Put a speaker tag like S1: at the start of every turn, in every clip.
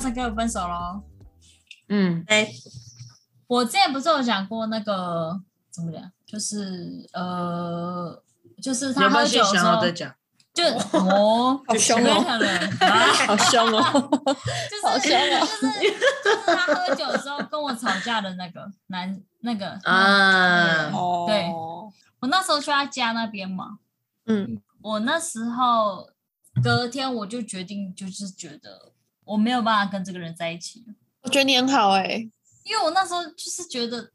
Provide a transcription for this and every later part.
S1: 成跟我分手喽。
S2: 嗯，
S3: 哎、
S1: 我之前不是有讲过那个怎么讲，就是呃，就是他
S2: 有没
S1: 喝
S2: 有
S1: 酒
S2: 些
S1: 的时
S2: 想要
S1: 候
S2: 再，讲？
S1: 就哦，
S3: 好凶
S1: 非
S3: 哦
S1: 常人 啊
S2: 好凶哦！
S1: 就是
S3: 好凶
S1: 就
S3: 哦
S1: 是就是他喝酒的时候跟我吵架的那个男那个
S2: 啊
S3: 哦，
S1: 对我那时候去他家那边嘛，
S3: 嗯，
S1: 我那时候隔天我就决定，就是觉得我没有办法跟这个人在一起了，
S3: 我觉得你很好哎、
S1: 因为我那时候就是觉得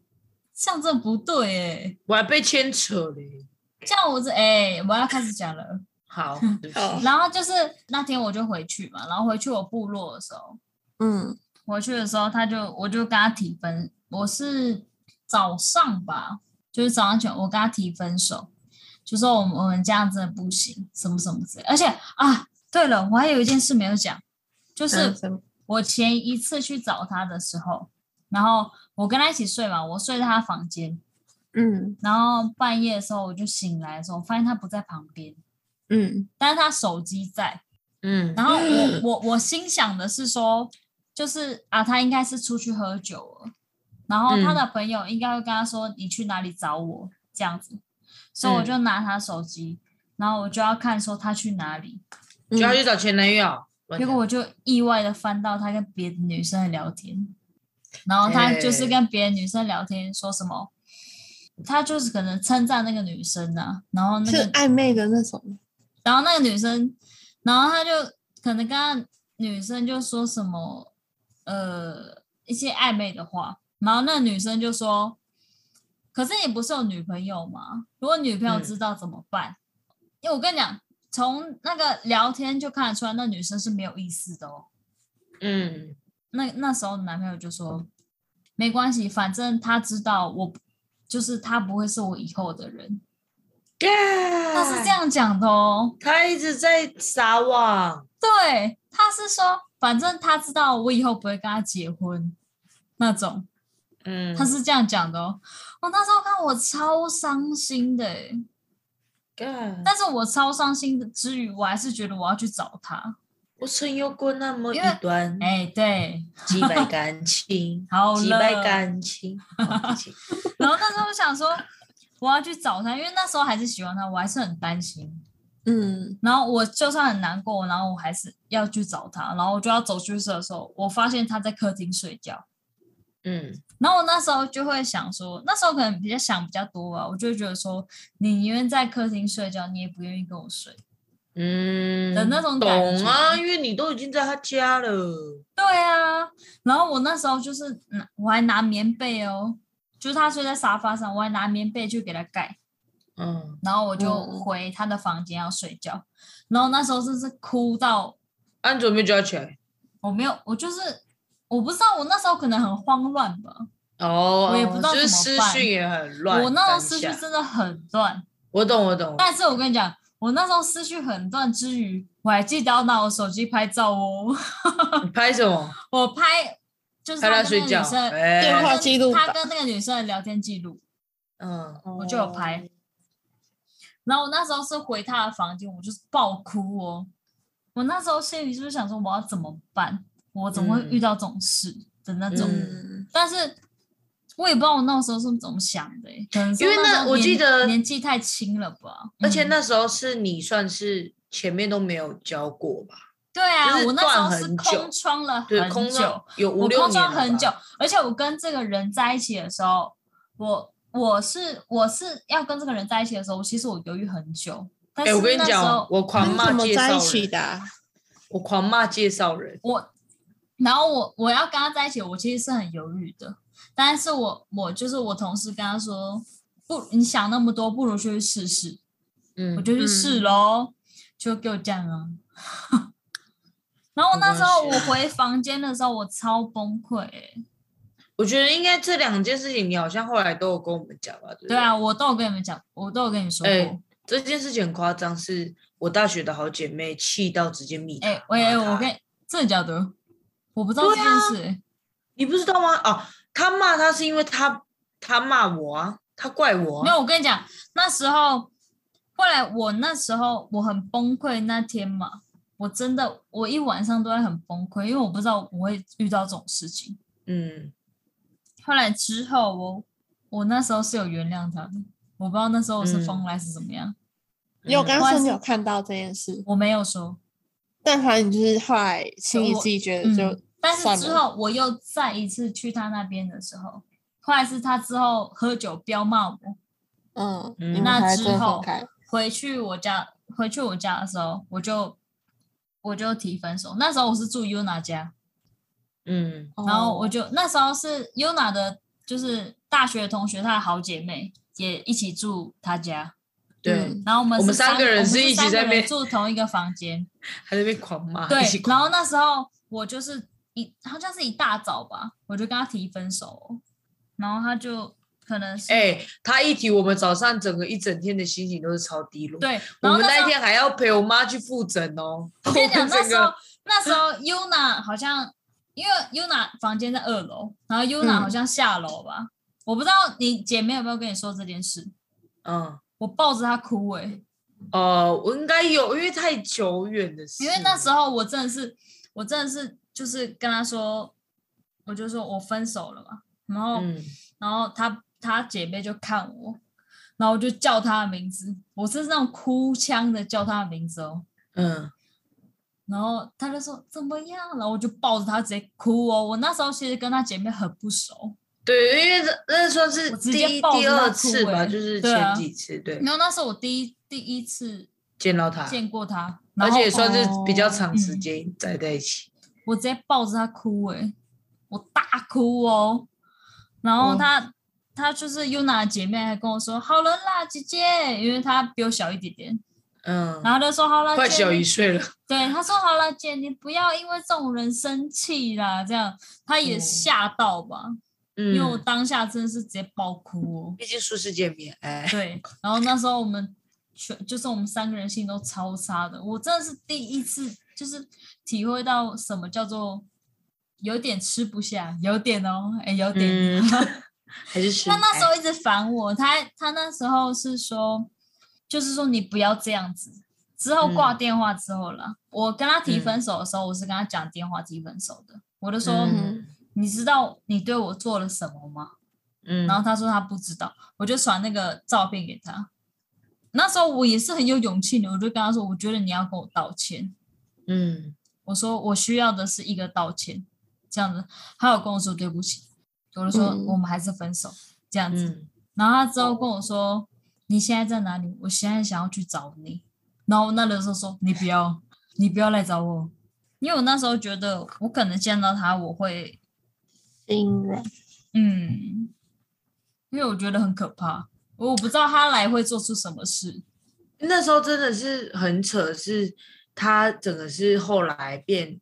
S1: 像这不对哎、
S2: 我还被牵扯嘞。
S1: 这样我这哎、我要开始讲了。
S2: 好，
S1: 嗯
S2: 对不起
S3: 好
S1: 然后就是那天我就回去嘛，然后回去我部落的时候，
S3: 嗯，
S1: 回去的时候他就我就跟他提分，我是早上吧，就是早上起来我跟他提分手，就说我们我们这样真的不行，什么什么之类。而且啊，对了，我还有一件事没有讲，就是
S3: 什么
S1: 我前一次去找他的时候，然后我跟他一起睡嘛，我睡在他房间，
S3: 嗯
S1: 然后半夜的时候我就醒来的时候，发现他不在旁边，
S3: 嗯，
S1: 但是他手机在。
S2: 嗯，
S1: 然后我我我心想的是说，就是啊，他应该是出去喝酒了，然后他的朋友应该会跟他说你去哪里找我这样子，所以我就拿他手机，然后我就要看说他去哪里，
S2: 就
S3: 嗯
S2: 要去找前男友。
S1: 结果我就意外的翻到他跟别的女生的聊天，然后他就是跟别的女生聊天说什么。他就是可能称赞那个女生呐、然后那
S3: 是
S1: 个
S3: 暧昧的那种，
S1: 然后那个女生，然后她就可能跟她女生就说什么，呃，一些暧昧的话，然后那个女生就说，呃可是你不是有女朋友吗？如果女朋友
S2: 嗯
S1: 知道怎么办？因为我跟你讲，从那个聊天就看得出来，那女生是没有意思的哦。
S2: 嗯，
S1: 那那时候男朋友就说，没关系，反正他知道我不，就是他不会是我以后的人，他
S2: 他
S1: 是这，样讲的哦。
S2: 他一直在撒网。
S1: 对，他是说，反正他知道我以后不会跟他结婚那种，
S2: 嗯，
S1: 他是这样讲的哦。我那时候看我超伤心的欸，
S2: 干
S1: 但是我超伤心的之余，我还是觉得我要去找他。
S2: 我曾有过那么一
S1: 因为
S2: 段
S1: 哎，对，，
S2: 几百感 情
S1: 好
S2: 几
S1: 了。
S2: 百 感情。好对不起
S1: 然后那时候我想说，我要去找他，因为那时候还是喜欢他，我还是很担心。
S3: 嗯
S1: 然后我就算很难过，然后我还是要去找他。然后我就要走去室的时候，我发现他在客厅睡觉。
S2: 嗯，
S1: 然后我那时候就会想说，那时候可能比较想比较多吧，我就会觉得说，你宁愿在客厅睡觉，你也不愿意跟我睡。
S2: 嗯
S1: 的那种感觉
S2: 懂啊，因为你都已经在他家了，
S1: 对啊，然后我那时候就是拿，我还拿棉被哦，就是他睡在沙发上，我还拿棉被去给他盖，
S2: 嗯，
S1: 然后我就
S3: 嗯
S1: 回他的房间要睡觉。然后那时候真是哭到
S2: 安卓没抓起来
S1: 我没有，我就是我不知道，我那时候可能很慌乱吧，
S2: 哦，
S1: 我也不知道
S2: 就是
S1: 怎么
S2: 思
S1: 办
S2: 绪也很乱。
S1: 我那时候
S2: 当
S1: 思绪
S2: 下
S1: 真的很乱。
S2: 我懂，我懂，
S1: 但是我跟你讲，我那时候思绪很乱之余，我还记得要拿我手机拍照哦。
S2: 你拍什么？
S1: 我拍就是
S2: 拍
S1: 他跟那
S2: 他睡
S1: 个女
S2: 觉，
S1: 生，
S3: 对
S1: 他
S3: 电
S2: 哎，
S3: 话
S1: 跟
S3: 记录吧
S1: 他跟那个女生的聊天记录，
S2: 嗯，
S3: 哦
S1: 我就有拍。然后我那时候是回他的房间，我就是爆哭哦。我那时候心里就是想说，我要怎么办？我怎么会
S2: 嗯
S1: 遇到这种事的那种？
S3: 嗯
S1: 但是我也不知道我那时候是怎么想的、欸可能是
S2: 因为那
S1: 时候
S2: 我
S1: 年
S2: 记得
S1: 年纪太轻了吧，
S2: 而且
S1: 嗯
S2: 那时候是你算是前面都没有教过吧？
S1: 对啊，
S2: 就是
S1: 我那时候
S2: 断
S1: 是
S2: 很久
S1: 空窗了很
S2: 对，
S1: 久，
S2: 空窗有五
S1: 我
S2: 六
S1: 空
S2: 年
S1: 窗
S2: 了吧
S1: 很久，，而且我跟这个人在一起的时候，我我是我是要跟这个人在一起的时候，其实我犹豫很久，但
S2: 哎、
S1: 是
S2: 我跟
S1: 那时
S2: 你讲
S1: 候，
S2: 我
S3: 你
S2: 狂
S3: 们怎
S2: 骂
S3: 么
S2: 介
S3: 在
S2: 绍
S3: 一起
S2: 人，
S3: 的啊、
S2: 我狂骂介绍人，
S1: 我，然后我我要跟他在一起，我其实是很犹豫的，但是我我就是我同事跟他说，不，你想那么多，不如去试试，
S2: 嗯，
S1: 我就去试喽，就给我这样啊。 然后我那时候
S2: 没
S1: 我
S2: 关系
S1: 回
S2: 啊
S1: 房间的时候，我超崩溃、欸。
S2: 我觉得应该这两件事情，你好像后来都有跟我们讲吧？对不
S1: 对啊，我都有跟你们讲，我都有跟你说过。
S2: 哎
S1: 哎、
S2: 对，这件事情很夸张，是我大学的好姐妹气到直接密他。
S1: 我也、
S2: 骂他
S1: 哎我跟真的假的？我不知道这
S2: 对
S1: 件
S2: 啊
S1: 事、哎
S2: 你不知道吗？哦，他骂他是因为他他骂我啊，他怪我、
S1: 没
S2: 啊。
S1: 有，我跟你讲，那时候后来我那时候我很崩溃那天嘛，我真的我一晚上都在很崩溃，因为我不知道我会遇到这种事情。
S2: 嗯，
S1: 后来之后我，我那时候是有原谅他的，我不知道那时候我是疯
S2: 嗯
S1: 了还是怎么样，
S3: 嗯因为我刚
S1: 我
S3: 刚
S1: 还
S3: 说你
S1: 是
S3: 有看到这件事，
S1: 我没有说。
S3: 但反正你就是后来心里
S1: 我
S3: 自己觉得就
S1: 嗯，但
S3: 算
S1: 是
S3: 了
S1: 之后我又再一次去他那边的时候，后来是他之后喝酒彪骂我，
S3: 嗯，
S2: 嗯
S3: 你们
S1: 那
S3: 才
S1: 之
S3: 真的
S1: 后
S3: 分开。
S1: 回去我家回去我家的时候，我就我就提分手。那时候我是住 Yuna 家，
S2: 嗯
S1: 然后我
S3: 哦
S1: 就、那时候是 Yuna 的，就是大学同学，她的好姐妹也一起住她家。
S2: 对，
S3: 嗯
S1: 然后我们
S2: 我们
S1: 是
S2: 三个人
S1: 我们
S2: 是
S1: 是
S2: 一起
S1: 三个
S2: 在
S1: 人
S2: 那边
S1: 住同一个房间。
S2: 还在那边狂骂，
S1: 对
S2: 一起，
S1: 然
S2: 狂
S1: 后那时候我就是一好像是一大早吧，我就跟他提分手哦、然后他就可能是、
S2: 哎、他一提我们早上整个一整天的心情都是超低落。，
S1: 对，
S2: 我
S1: 然后
S2: 们
S1: 时
S2: 那
S1: 候
S2: 一天还要陪我妈去复诊哦。
S1: 我跟你讲，
S2: 们整
S1: 那
S2: 个
S1: 时候那时候 Yuna 好像因为 Yuna 房间在二楼，然后 Yuna
S3: 嗯
S1: 好像下楼吧，我不知道你姐妹有没有跟你说这件事，
S2: 嗯，
S1: 我抱着她哭哎、
S2: 哦，我应该有，因为太久远的事。
S1: 因为那时候我真的是我真的是就是跟她说，我就说我分手了嘛，然后、
S2: 嗯，
S1: 然后她她姐妹就看我，然后我就叫她的名字，我是那种哭腔的叫她的名字哦，
S2: 嗯
S1: 然后他就说怎么样，然后我就抱着他直接哭哦。我那时候其实跟他姐妹很不熟，
S2: 对，因为这那算是
S1: 我直
S2: 第
S1: 接
S2: 一、
S1: 抱着
S2: 第二
S1: 她哭
S2: 次吧，
S1: 欸
S2: 就是
S1: 对啊
S2: 前几次对
S1: 然后那是我第一第一次
S2: 见到他，
S1: 见过他，然
S2: 啊而
S1: 后
S2: 且也算是比较
S3: 哦
S2: 长时
S1: 嗯
S2: 间待在一起。
S1: 我直接抱着他哭诶、我大哭哦。然
S2: 哦
S1: 后他、他就是 Yuna 的姐妹还跟我说好了啦，姐姐，因为她比我小一点点，
S2: 嗯，
S1: 然后她就说好了，
S2: 快
S1: 姐
S2: 小
S1: 你
S2: 一岁了。
S1: 对，他说好了，姐，你不要因为这种人生气啦，这样他也
S2: 嗯
S1: 吓到吧，
S2: 嗯，
S1: 因为我当下真的是直接爆哭哦。
S2: 毕竟初次见面，哎，
S1: 对，然后那时候我们全就是我们三个人性都超差的，我真的是第一次就是体会到什么叫做有点吃不下，有点哦，哎，有点。
S2: 嗯 还是哎是
S1: 他那时候一直烦我，他他那时候是说，就是说你不要这样子。之后挂
S2: 嗯
S1: 电话之后了，我跟他提
S2: 嗯
S1: 分手的时候，我是跟他讲电话提分手的，我就说、
S2: 嗯
S1: 你知道你对我做了什么吗？
S2: 嗯，
S1: 然后他说他不知道，我就传那个照片给他。那时候我也是很有勇气的，我就跟他说，我觉得你要跟我道歉。
S2: 嗯
S1: 我说我需要的是一个道歉，这样子。他有跟我说对不起，我就说
S3: 嗯
S1: 我们还是分手这样子。
S2: 嗯
S1: 然后他之后跟我说你现在在哪里？我现在想要去找你。然后我那个时候说你不要，你不要来找我，因为我那时候觉得我可能见到他我会
S3: 心软，
S1: 嗯，因为我觉得很可怕，我我不知道他来会做出什么事。
S2: 那时候真的是很扯，是他整个是后来变，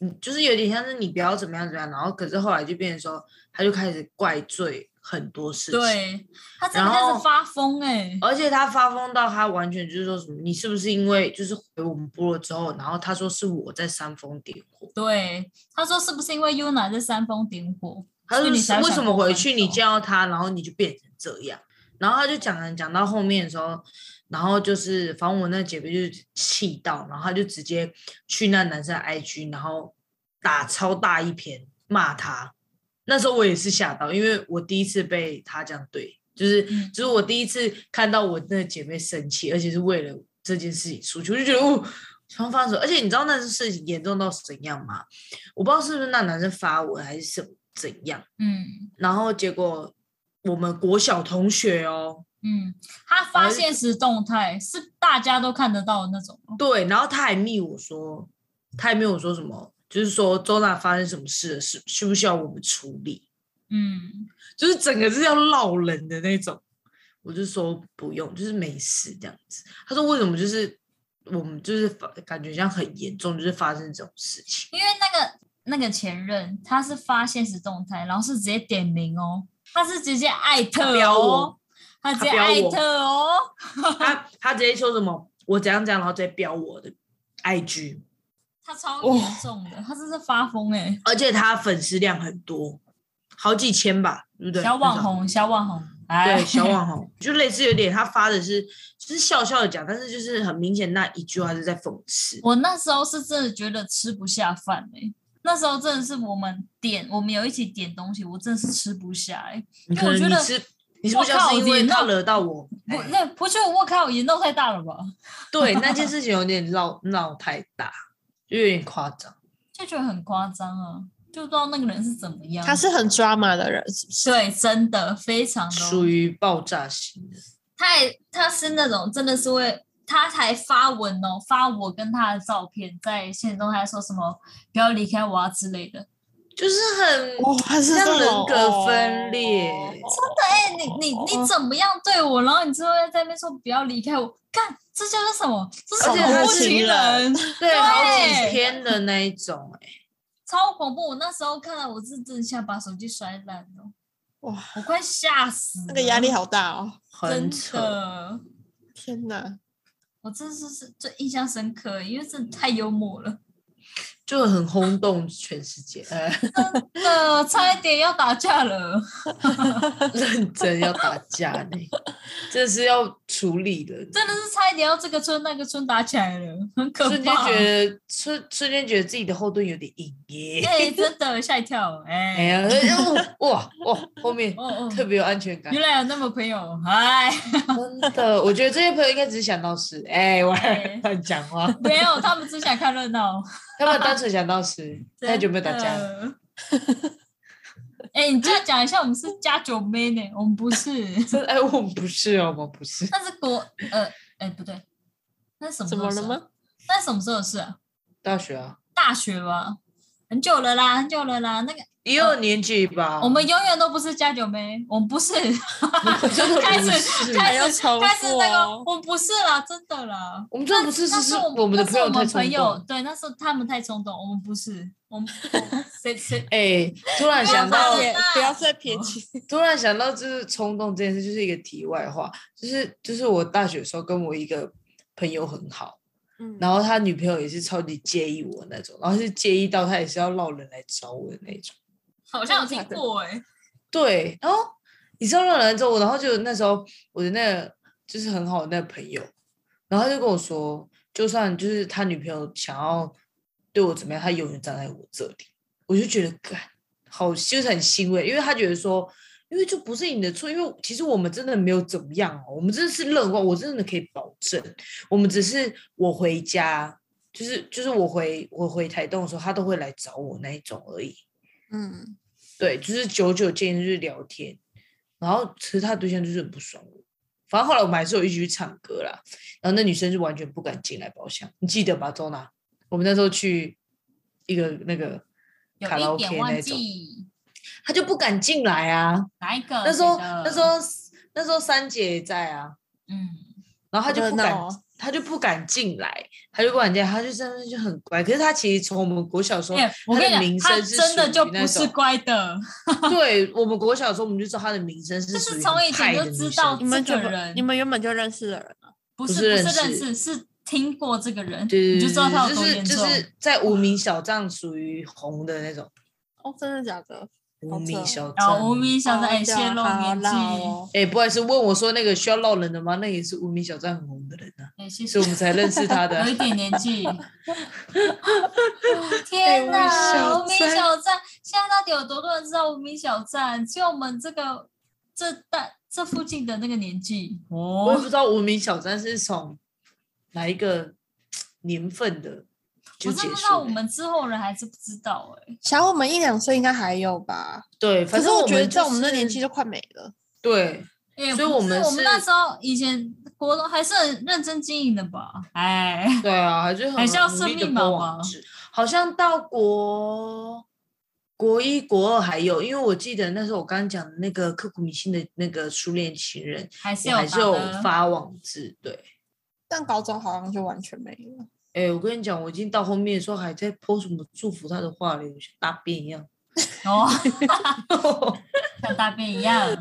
S2: 嗯，就是有点像是你不要怎么样怎么样，然后可是后来就变成说，他就开始怪罪很多事情，，
S1: 对他真的
S2: 然
S1: 开
S2: 后
S1: 始发疯哎、
S2: 而且他发疯到他完全就是说什么，你是不是因为就是回我们部落之后，然后他说是我在煽风点火，
S1: 对，他说是不是因为 Yuna 在煽风点火？
S2: 他
S1: 所以
S2: 说
S1: 你
S2: 是
S1: 才
S2: 为
S1: 想
S2: 什么
S1: 跟我
S2: 回
S1: 分
S2: 去你
S1: 手
S2: 见到他，然后你就变成这样？然后他就讲讲到后面的时候，然后就是反正我那姐妹就气到，然后他就直接去那男生的 IG，然后打超大一篇骂他。那时候我也是吓到，因为我第一次被他这样对，就是、
S1: 嗯
S2: 就是我第一次看到我那姐妹生气，而且是为了这件事情出去，我就觉得哦，双方手，而且你知道那事情严重到怎样吗？我不知道是不是那男生发文还是什么怎样，
S1: 嗯
S2: 然后结果我们国小同学哦，
S1: 嗯，他发现实动态是大家都看得到的那种哦。
S2: 对，然后他还密我说，他还密我说什么，就是说周娜发生什么事了，是需不需要我们处理？
S1: 嗯，
S2: 就是整个是要闹人的那种。我就说不用，就是没事这样子。他说为什么就是我们就是发感觉像很严重，就是发生这种事 情。
S1: 因为那个那个前任他是发现实动态，然后是直接点名哦，他是直接艾特
S2: 标
S1: 哦
S2: 我，
S1: 他直接
S2: 他标
S1: 艾
S2: 我
S1: 特哦。
S2: 他他直接说什么我怎样怎样，然后直接标我的 IG，
S1: 他超
S3: 哇
S1: 严重的，他真是发疯哎、
S2: 而且他粉丝量很多，好几千吧，对不对？
S1: 小
S2: 至
S1: 网
S2: 少
S1: 红，小网红，哎
S2: 对，小网红 就类似有点，他发的是就是笑笑的讲，但是就是很明显那一句话是在讽刺。
S1: 我那时候是真的觉得吃不下饭哎、那时候真的是我们点，我们有一起点东西，我真的是吃不下哎、
S2: 你
S1: 对
S2: 可
S1: 我
S2: 能
S1: 觉
S2: 你
S1: 得
S2: 吃，你是不是
S1: 我
S2: 就
S1: 靠
S2: 是因为
S1: 你那
S2: 他惹到我？
S1: 我
S2: 哎
S1: 那不就我靠，眼洞太大了吧？
S2: 对，那件事情有点闹闹太大，就有点夸张。
S1: 就觉得很夸张啊，就不知道那个人是怎么样。
S3: 他是很 drama 的人，是不是？
S1: 对，真的非常的
S2: 属于爆炸型的，
S1: 他也他是那种真的是会，他才发文哦，发我跟他的照片在现中，还说什么不要离开我啊之类的。
S2: 就是很
S1: 哦
S3: 哇，他是
S2: 像
S3: 这哦
S2: 人
S3: 种
S2: 格分裂
S1: 哎、
S2: 哦
S1: 你你你怎么样对我？然后你之后在那边说不要离开我，看这就是什么？这是
S2: 而且他
S1: 恐怖
S2: 是
S1: 情人，
S2: 对好几
S1: 对
S2: 篇的那一种、哎，
S1: 超恐怖！我那时候看到我是真的想把手机摔烂了，
S3: 哇，
S1: 我快吓死了。
S3: 那个压力好大哦！
S1: 真
S2: 很扯。
S1: 的，
S3: 天哪，
S1: 我真是是最印象深刻，因为真的太幽默了，
S2: 就很轰动全世界，呃，
S1: 真的差一点要打架了。
S2: 呃 认真要打架呢，这是要处理 的。
S1: 真的是差一点要这个村那个村打起来了，很可怕。
S2: 瞬间觉得瞬瞬间觉得自己的后盾有点硬耶，
S1: 哎、真的吓一跳，哎、
S2: 哎呀，哎哇哇哇，后面
S1: 哦哦，
S2: 特别有安全感
S1: 原，来有那么朋友，哎，
S2: 真的，我觉得这些朋友应该只是想到事，哎，我
S1: 哎
S2: 乱讲话，
S1: 没有，他们只想看热闹，
S2: 他们单纯想到事，太久没有打架了。
S1: 真的。哎、你这样讲一下，我们是加九妹呢，我们不 是，
S2: 这哎，我们不是哦，我们不是。
S1: 那是国呃，哎、不对，那是什么？啊
S3: 怎么了？吗？
S1: 那是什么时候的事、啊？
S2: 大学啊，
S1: 大学吧，很久了啦，很久了啦。那个
S2: 一二年级吧。
S1: 哦我们永远都不是加九妹，我们不是，
S2: 哦真的 不
S1: 开
S2: 是
S1: 始开
S3: 要
S1: 始
S3: 重
S1: 开始那个，
S3: 复哦
S1: 我们不是啦，真的啦。
S2: 我们真的不是，
S1: 那
S2: 只
S1: 是
S2: 我们
S1: 那
S2: 的朋
S1: 是我
S2: 友太
S1: 们
S2: 冲
S1: 朋友
S2: 动。
S1: 对，那是他们太冲动，我们不是，我们谁谁
S2: 哎，突然想
S1: 不要
S2: 到
S1: 打，脸
S3: 不要再撇清，
S2: 突然想到，就是冲动这件事，就是一个题外话，就是就是我大学的时候跟我一个朋友很好，
S3: 嗯
S2: 然后他女朋友也是超级介意我那种，然后是介意到他也是要闹人来找我的那种。
S1: 好像有听过哎、
S2: 对，然后你知道那人之后，然后就那时候我的那个就是很好的那个朋友，然后他就跟我说，就算就是他女朋友想要对我怎么样，他永远站在我这里，我就觉得干好就是很欣慰，因为他觉得说。因为就不是你的错，因为其实我们真的没有怎么样哦，我们真的是乐观，我真的可以保证，我们只是我回家，就是就是我回我回台东的时候，他都会来找我那一种而已。
S3: 嗯，
S2: 对，就是久久见就是聊天，然后其实他对象就是很不爽我。反正后来我们还是有一起去唱歌啦，然后那女生就完全不敢进来包厢，你记得吧，周娜？我们那时候去一个那个 卡拉
S1: 有一
S2: OK
S1: 点
S2: 那
S1: 忘
S2: 种，
S1: 记哦
S2: 她就不敢进来啊。
S1: 哪一个。
S2: 那时候
S1: 谁的
S2: 那时候那时候三姐也在啊，
S1: 嗯，
S2: 然后她就
S3: 好热
S2: 不
S3: 闹
S2: 敢
S3: 哦，
S2: 她就不敢进来，她就不敢进来，她就在那边就很乖。可是她其实从我们国小的时候，
S1: 哎我
S2: 她
S1: 跟
S2: 的
S1: 你
S2: 名
S1: 讲，他
S2: 声是
S1: 真的
S2: 属于
S1: 就
S2: 那
S1: 不是
S2: 种
S1: 乖的，
S2: 对我们国小的时候，我们就知道他的名声是
S1: 就是
S2: 属于
S1: 从
S2: 很
S1: 以前
S2: 派
S1: 就
S2: 的
S1: 知
S2: 女
S1: 道
S2: 生
S3: 你们
S1: 这
S3: 就
S1: 个人
S3: 你们原本就认识的人啊，
S1: 不
S2: 不
S1: 是
S2: 是
S1: 不是
S2: 认
S1: 认
S2: 识
S1: 识，是听过这个人，
S2: 对对
S1: 你就
S2: 对
S1: 知道他有
S2: 对，就
S1: 多
S2: 是
S1: 严
S2: 就
S1: 重。
S2: 是在无名小站属于红的那种
S3: 哦，真的假的？
S2: 无名小
S1: 然
S2: 站。
S1: 后无名小站哎，
S3: 这
S1: 泄
S3: 样
S1: 露
S3: 好
S1: 年纪，
S3: 老哦，
S2: 哎，不好意思，问我说那个需要闹人的吗？那也是无名小站很红的人啊，
S1: 哎，谢谢
S2: 所以我。们才认识他的
S1: 有一。点年纪。
S2: 哎
S1: 天
S2: 无名
S1: 哪，
S2: 小
S1: 无名
S2: 站
S1: 小站现在到底有多多人知道无名小站？只有我们这个这大这附近的那个年纪
S2: 我也
S1: 哦。
S2: 不知道无名小站是从哪一个年份的就
S1: 我真
S2: 结
S1: 不知道
S2: 束
S1: 我
S2: 了。
S1: 们之后人还是不知道哎、
S3: 小我们一两岁应该还有吧？
S2: 对，
S3: 可
S2: 反
S3: 是
S2: 正
S3: 我
S2: 们
S3: 觉得在
S2: 就
S3: 我们那
S2: 是
S3: 年纪就快没了。
S2: 对，
S1: 哎
S2: 所以
S1: 不
S2: 我
S1: 是
S2: 们
S1: 我们那
S2: 是
S1: 时候以前国中还是很认真经营的吧？哎，
S2: 对啊，还是很
S1: 还是要
S2: 努
S1: 生
S2: 力地
S1: 命
S2: 播
S1: 吧
S2: 网
S1: 吧
S2: 址好像到国国一、国二还有，因为我记得那时候我刚刚讲的那个刻骨铭心的那个初恋情人，
S1: 还是
S2: 我
S1: 有
S2: 还是有
S1: 打的
S2: 发网志。对，
S3: 但高中好像就完全没 了。
S2: 哎、我跟你讲，我已经到后面的时候还在 po 什么祝福他的话了，我像大便一样，
S1: 哦， 像大便一样。啊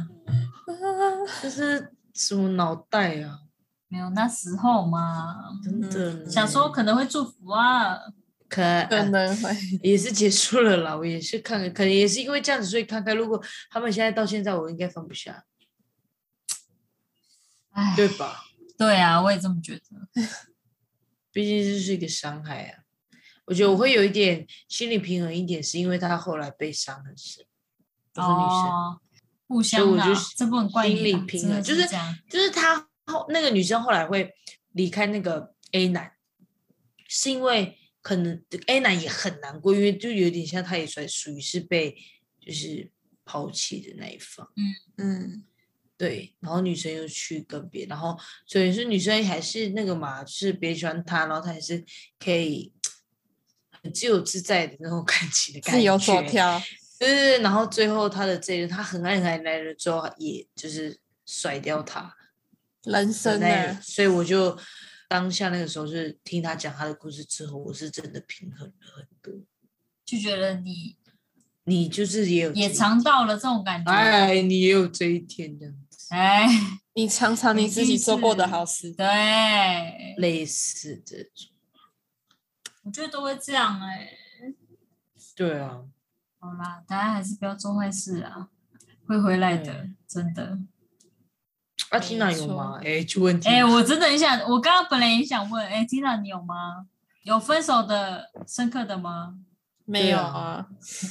S2: 这是什么脑袋啊？
S1: 没有那时候嘛，
S2: 真的呢、
S3: 嗯
S1: 想说可能会祝福啊，
S2: 可爱
S3: 可能会，
S2: 也是结束了啦，我也是看看，可能也是因为这样子，所以看看。如果他们现在到现在，我应该放不下。
S1: 哎，
S2: 对吧？
S1: 对啊，我也这么觉得。
S2: 毕竟这是一个伤害啊。我觉得我会有一点心理平衡一点，是因为他后来被伤很深，我是女生，
S1: 哦，互
S2: 以
S1: 相
S2: 我
S1: 的啊
S2: 就，
S1: 这不能怪
S2: 心
S1: 你
S2: 理
S1: 啊，
S2: 平
S1: 真的
S2: 衡就是
S1: 这样。
S2: 就是他后那个女生后来会离开那个 A 男，是因为可能 A 男也很难过，因为就有点像他也算属于是被就是抛弃的那一方。
S3: 嗯，
S2: 对，然后女生又去跟别，然后所以是女生还是那个嘛，就是别人喜欢他，然后他还是可以很自由自在的那种 感情的感觉。
S3: 自由索跳，
S2: 对对对，然后最后他的这一任，他很爱很爱很爱了之后，也就是甩掉他。
S3: 人生啊呢、
S2: 那所以我就当下那个时候是听他讲他的故事之后，我是真的平衡了很多。
S1: 就觉得你
S2: 你就是也有这
S1: 也
S2: 一
S1: 尝到了这种感觉，
S2: 哎，你也有这一天这样子，
S1: 哎，
S3: 你尝尝你自己做过的好事。
S1: 对，
S2: 类似这种。
S1: 我觉得都会这样哎、
S2: 对啊，
S1: 好啦，大家还是不要做坏事啊，会回来的
S2: 对，
S1: 真的。
S2: 啊
S3: 没
S2: ，Tina 有
S3: 错
S2: 吗？哎，去问
S1: 哎、
S2: Tina。
S1: 我真的很想，我刚刚本来也想问，哎、缇 t i n a 你有吗？有分手的深刻的吗？
S3: 没
S2: 对
S3: 有
S2: 啊
S3: 啊，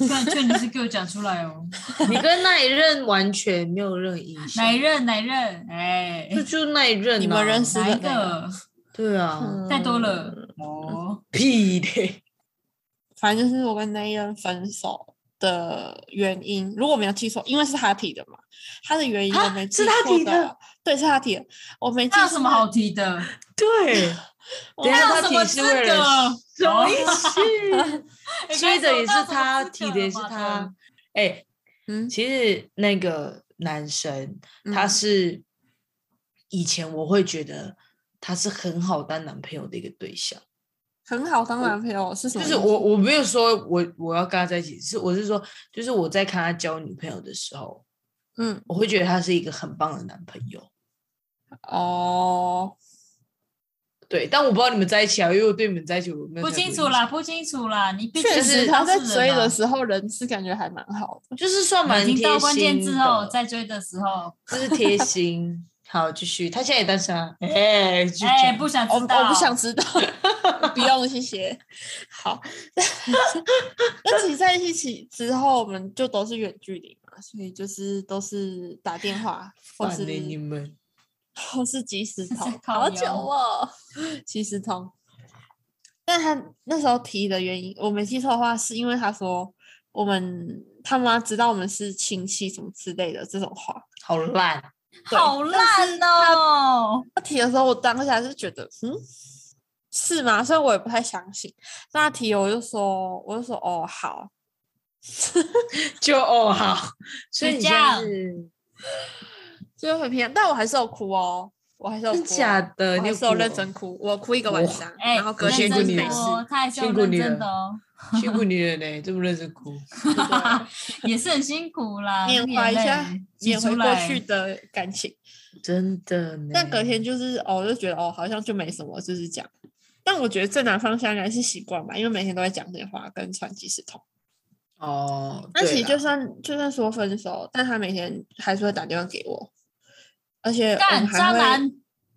S1: 劝劝你是给我讲出来 哦，
S2: 你跟那一任完全没有任何印
S1: 哪一
S2: 象，
S1: 任哪一任？哎、
S2: 就就那一任、啊，
S3: 你们认识
S1: 哪一
S3: 是的那
S1: 个？
S2: 对啊，
S3: 嗯
S1: 太多了。哦，
S2: 屁 嘞，
S3: 反正就是我跟那一任分手的原因，如果没有记错，因为是他提的嘛，他的原因
S2: 啊
S3: 我没记
S2: 是他
S3: 错
S2: 提的，
S3: 对，是他提的，我没记
S1: 那有
S3: 错。
S1: 什么好提的？
S2: 对，
S3: 我
S2: 等一下
S1: 那
S2: 他
S1: 有什么
S2: 提
S1: 资
S2: 是为
S1: 格
S2: 了？什么意思？
S1: 哎
S2: 追的也是
S1: 该
S2: 他，
S1: 说
S2: 提的也是
S1: 到什么资格了嘛
S2: 他。哎、
S3: 嗯，
S2: 其实那个男神
S3: 嗯
S2: 他是以前我会觉得他是很好当男朋友的一个对象。
S3: 很好当男朋友是什
S2: 就
S3: 么意
S2: 是
S3: 思？
S2: 我我没有说我我要跟他在一起，是我是说，就是我在看他交女朋友的时候，
S3: 嗯
S2: 我会觉得他是一个很棒的男朋友。
S3: 哦，
S2: 对，但我不知道你们在一起啊，因为我对你们在一起我没有
S1: 不
S2: 太多
S1: 清
S2: 印
S1: 楚
S2: 象
S1: 啦，，不清楚啦。你毕竟
S3: 确
S2: 就是
S3: 实他在
S1: 当事人
S3: 追
S1: 啊
S3: 的时候人是感觉还蛮好的，
S2: 就是算蛮
S1: 你听
S2: 贴心的。
S1: 到关键字后再追的时候，
S2: 就是贴心。好，继续，他现在也单身啊。哎、继续
S1: 哎、
S2: 讲
S1: 不想
S3: 哦我
S1: 知道，
S3: 我不想知道，不用谢谢。好， 那其实在一起之后，我们就都是远距离嘛，所以就是都是打电话或
S2: 烦
S3: 是
S2: 呢你们
S3: 或哦是即时通，
S1: 靠
S3: 好久
S1: 腰
S3: 哦，即时通。但他那时候提的原因，我没记错的话，是因为他说我们他妈知道我们是亲戚什么之类的这种话。
S2: 好烂，
S3: 对
S1: 好烂哦、
S3: 他提的时候，我当下是觉得，嗯，是吗？所以我也不太相信。那他提了我就说，我就说，哦，好，
S2: 就哦好，所以
S1: 就
S2: 你
S1: 这
S2: 现在
S1: 样
S2: 是
S3: 就很偏，但我还是有哭哦，我还是有哭
S2: 真
S3: 哦、
S2: 假的，
S3: 我
S2: 你
S3: 还
S2: 有
S3: 是有
S2: 哭
S3: 认
S2: 哦
S3: 真哭，我哭一个晚
S2: 哇
S3: 上，
S1: 哎、
S3: 然后隔
S2: 辛
S3: 天
S1: 认
S2: 苦
S3: 就是
S2: 你
S1: 真
S3: 没
S2: 了
S3: 事。
S1: 哦，他还是要
S2: 辛苦
S1: 认
S2: 你
S1: 真
S2: 了
S1: 的哦、
S2: 辛苦你了嘞，这么认真哭。
S1: 也是很辛苦 啦，
S3: 缅
S1: 那
S3: 怀一
S1: 眼泪
S3: 下
S1: 挤
S3: 缅
S1: 出
S3: 回过
S1: 来
S3: 去的感情。
S2: 真的呢。
S3: 但隔
S1: 嗯
S3: 天就是哦，就觉得哦，好像就没什么，就是这样。但我觉得正南方向应该是习惯吧，因为每天都在讲电话跟传即时通。
S2: 哦，
S3: 那
S2: 对
S3: 其实
S2: 啦
S3: 就算就算说分手，但他每天还是会打电话给我，而且我
S1: 干
S3: 们还
S1: 渣
S3: 会
S1: 男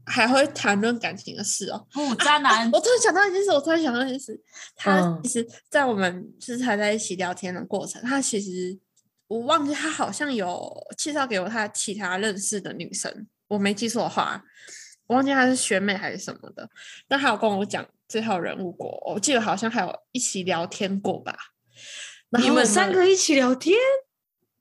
S3: 还会谈论感情的事哦。
S1: 不渣男，
S3: 我突然想到一件事，我突然想到一件事，他
S2: 嗯
S3: 其实，在我们就是还在一起聊天的过程，他其实我忘记他好像有介绍给我他其他认识的女生，我没记错的话，我忘记她是学妹还是什么的，但他有跟我讲最后人物过，我记得好像还有一起聊天过吧。然
S2: 你
S3: 后我
S2: 们三个一起聊天，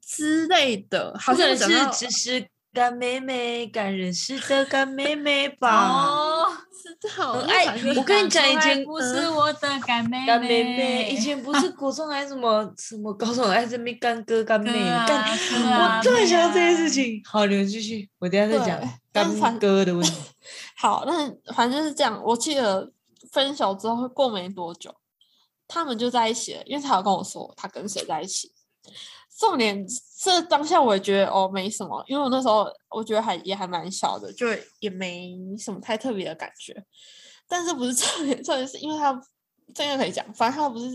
S3: 之类的，好
S2: 不可能
S3: 像讲
S2: 是
S3: 到
S2: 只是干妹妹、干人似的干妹妹吧？
S1: 哦，
S3: 知道
S2: 很
S3: 那
S2: 爱
S3: 反正
S2: 我跟你讲一
S1: 从来
S2: 件嗯
S1: 不是我的干妹
S2: 干妹妹以前不是国中还是什么什么高中还是没干哥干妹
S1: 哥啊
S2: 干，
S1: 哥啊
S2: 我突然想到这
S1: 妹啊
S2: 件事情。好，你们继续，我等一下再
S3: 对
S2: 讲
S3: 但是
S2: 干
S3: 反
S2: 哥的问题。
S3: 好，那反正就是这样。我记得分手之后过没多久，他们就在一起了，因为他有跟我说他跟谁在一起。重点这当下我也觉得哦没什么，因为我那时候我觉得还也还蛮小的，就也没什么太特别的感觉。但是不是重点， 重点是因为他这个可以讲，反正他不是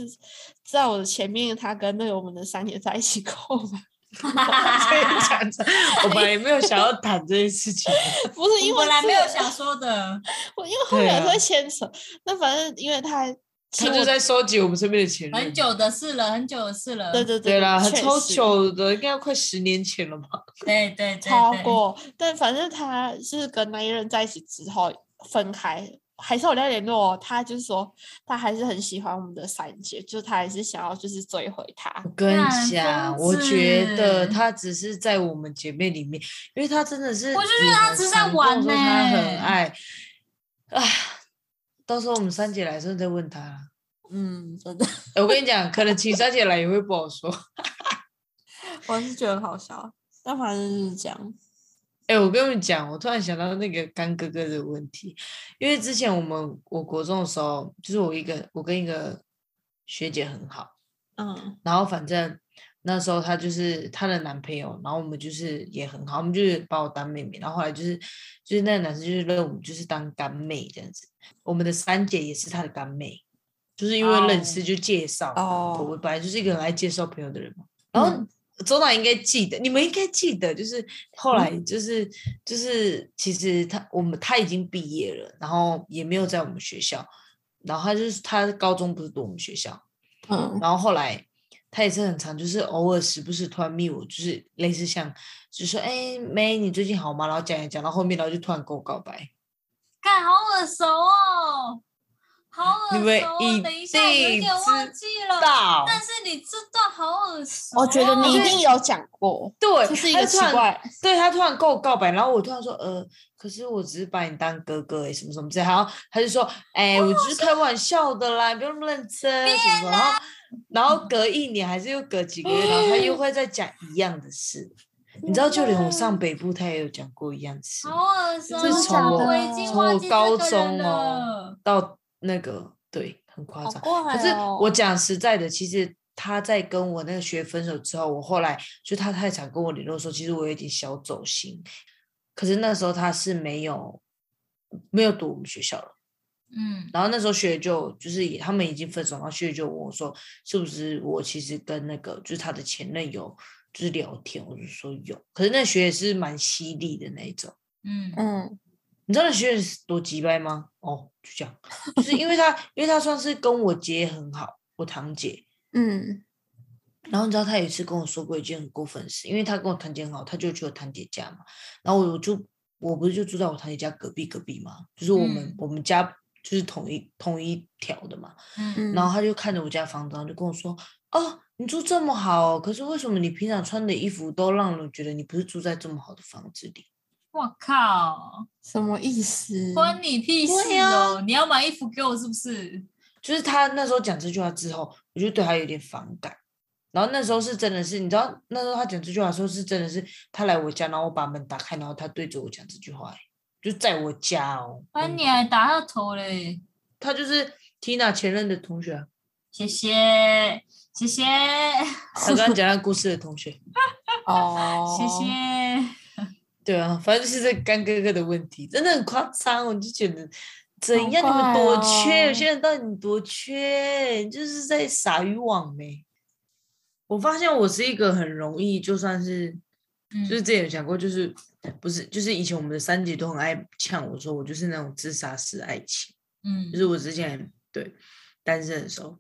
S3: 在我的前面，他跟那个我们的三年在一起过吗？
S2: 讲着，我本来也没有想要谈这件事情。
S3: 不是因
S1: 啊我
S3: 为
S1: 本来
S3: 这
S1: 没有
S3: 个
S1: 想说的，
S3: 我因为后
S2: 对
S3: 面也
S2: 啊
S3: 会牵扯，那反正因为他还
S2: 他
S3: 请
S2: 就
S3: 我，
S2: 在收集我们身边的前任。
S1: 很久的事了，很久的事了。
S3: 对对
S2: 对啦，
S3: 对
S2: 很超
S3: 确实
S2: 久的，应该要快十年前了吧？
S1: 对对对
S3: 超
S1: 对
S3: 过，但反正他是跟那一任在一起之后分开，还是有在联络哦。他就是说，他还是很喜欢我们的三姐，就是他还是想要就是追回他
S2: 我。跟
S1: 干
S2: 你讲，
S1: 疯
S2: 我觉得
S1: 子
S2: 她只是在我们姐妹里面，因为她真的是也
S1: 我
S2: 很
S1: 就
S2: 常
S1: 觉得
S2: 跟我说
S1: 她
S2: 她
S1: 只是在玩
S2: 她
S1: 欸
S2: 很爱。啊，到时候我们三姐来的时候再问她啦。
S3: 嗯，真 的，
S2: 欸我跟你讲，可能请三姐来也会不好说。
S3: 我是觉得很好笑。但反正就是这样，
S2: 哎、我跟你讲，我突然想到那个干哥哥的问题，因为之前我们我国中的时候，就是我一个我跟一个学姐很好，
S3: 嗯
S2: 然后反正那时候她就是她的男朋友，然后我们就是也很好，我们就是把我当妹妹，然后后来就是就是那个男生就是认我们就是当干妹这样子，我们的三姐也是她的干妹，就是因为认识就介绍嘛我
S3: 哦，
S2: 本来就是一个很爱介绍朋友的人嘛，然后。周娜应该记得，你们应该记得，就是后来就是、就是，其实他我们他已经毕业了，然后也没有在我们学校，然后他就是他高中不是读我们学校，
S3: 嗯
S2: 然后后来他也是很常，就是偶尔时不时突然密我，就是类似像，就说哎妹，你最近好吗？然后讲一讲到后面，然后就突然跟我告白。
S1: 看好耳熟哦，好耳
S2: 你们
S1: 熟哦、
S2: 一
S1: 等一下，有一
S2: 定
S1: 点忘
S2: 知
S1: 记了，
S2: 到
S1: 但是你这段好耳熟哦、
S3: 我觉得你一定有讲过，
S2: 对，
S3: 这是一
S2: 他
S3: 个
S2: 就
S3: 奇
S2: 突然，
S3: 怪，
S2: 对他突然跟我告白，然后我突然说呃，可是我只是把你当哥哥哎、什么什么之类的，然后他就说哎、我只是开玩笑的啦，你不用那么认真什么什么，然后然后隔一年还是又隔几个月，然后他又会再讲一样的事。你知道，就连我
S3: 嗯
S2: 上北部，他也有讲过一样的事。
S1: 好耳熟，
S2: 这是
S1: 我
S2: 从我
S1: 我已经
S2: 从
S1: 忘
S2: 我
S1: 记这
S2: 高
S1: 个人
S2: 中
S1: 了
S2: 哦。到那个对，很夸
S3: 好
S2: 张。
S3: 怪哦。
S2: 可是我讲实在的，其实他在跟我那个学分手之后，我后来就他太常跟我联络的时候，其实我有点小走心。可是那时候他是没有没有读我们学校了，
S1: 嗯，
S2: 然后那时候学姐就就是也他们已经分手，然后学姐就问我说，是不是我其实跟那个就是他的前任有就是聊天，我就说有，可是那学姐是蛮犀利的那一种。
S1: 嗯，
S3: 嗯
S2: 你知道那学姐是多鸡掰吗？哦，就这样，就是因 为她，因为她算是跟我姐很好，我堂姐。
S3: 嗯
S2: 然后你知道她有一次跟我说过一件很过分的事，因为她跟我堂姐很好，她就去我堂姐家嘛。然后我就我不是就住在我堂姐家隔壁隔壁嘛，就是我们、
S1: 嗯
S2: 我们家就是同一同一条的嘛。
S1: 嗯，
S3: 嗯，
S2: 然后他就看着我家房东，就跟我说：“哦，你住这么好、哦，可是为什么你平常穿的衣服都让人觉得你不是住在这么好的房子里？”
S1: 我靠，
S3: 什么意思？
S1: 关你屁事
S2: 对
S1: 哦！
S2: 啊
S1: 你要买衣服给我是不是？
S2: 就是他那时候讲这句话之后，我就对他有点反感。然后那时候是真的是，你知道那时候他讲这句话的时候是真的是，他来我家，然后我把门打开，然后他对着我讲这句话欸，就在我家哦。
S1: 啊，你还打他头嘞！
S2: 他就是 Tina 前任的同学啊，
S1: 谢谢，谢谢，
S2: 他刚刚讲那故事的同学。
S3: 哦，
S1: 谢谢。
S2: 对啊，反正就是这干哥哥的问题，真的很夸张，我就觉得。怎
S3: 好
S2: 样？你们多
S3: 怪
S2: 缺？有
S3: 哦
S2: 些人到底你多缺？你就是在撒渔网呗。我发现我是一个很容易，就算是
S1: 嗯
S2: 就是之前有讲过，就是不是就是以前我们的三姐都很爱呛我说我就是那种自杀式爱情，
S1: 嗯
S2: 就是我之前对单身的时候，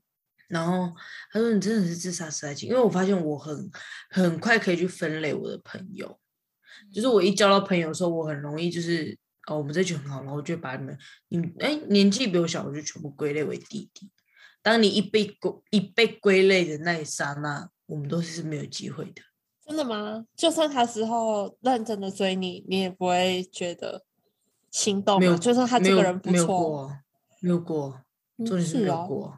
S2: 然后她说你真的是自杀式爱情，因为我发现我很很快可以去分类我的朋友，就是我一交到朋友的时候，我很容易就是哦我们这群很好，然后我就把你们你们哎年纪比我小，我就全部归类为弟弟。当你一被归一被归类的那一刹那，我们都是没有机会的。
S3: 真的吗？就算他之后认真的追你，你也不会觉得心动
S2: 没
S3: 吗？
S2: 有，
S3: 就算他
S2: 没
S3: 这个
S2: 有
S3: 人不
S2: 没有
S3: 错，
S2: 过，没有过，
S3: 嗯
S2: 重点是没有
S3: 哦
S2: 过，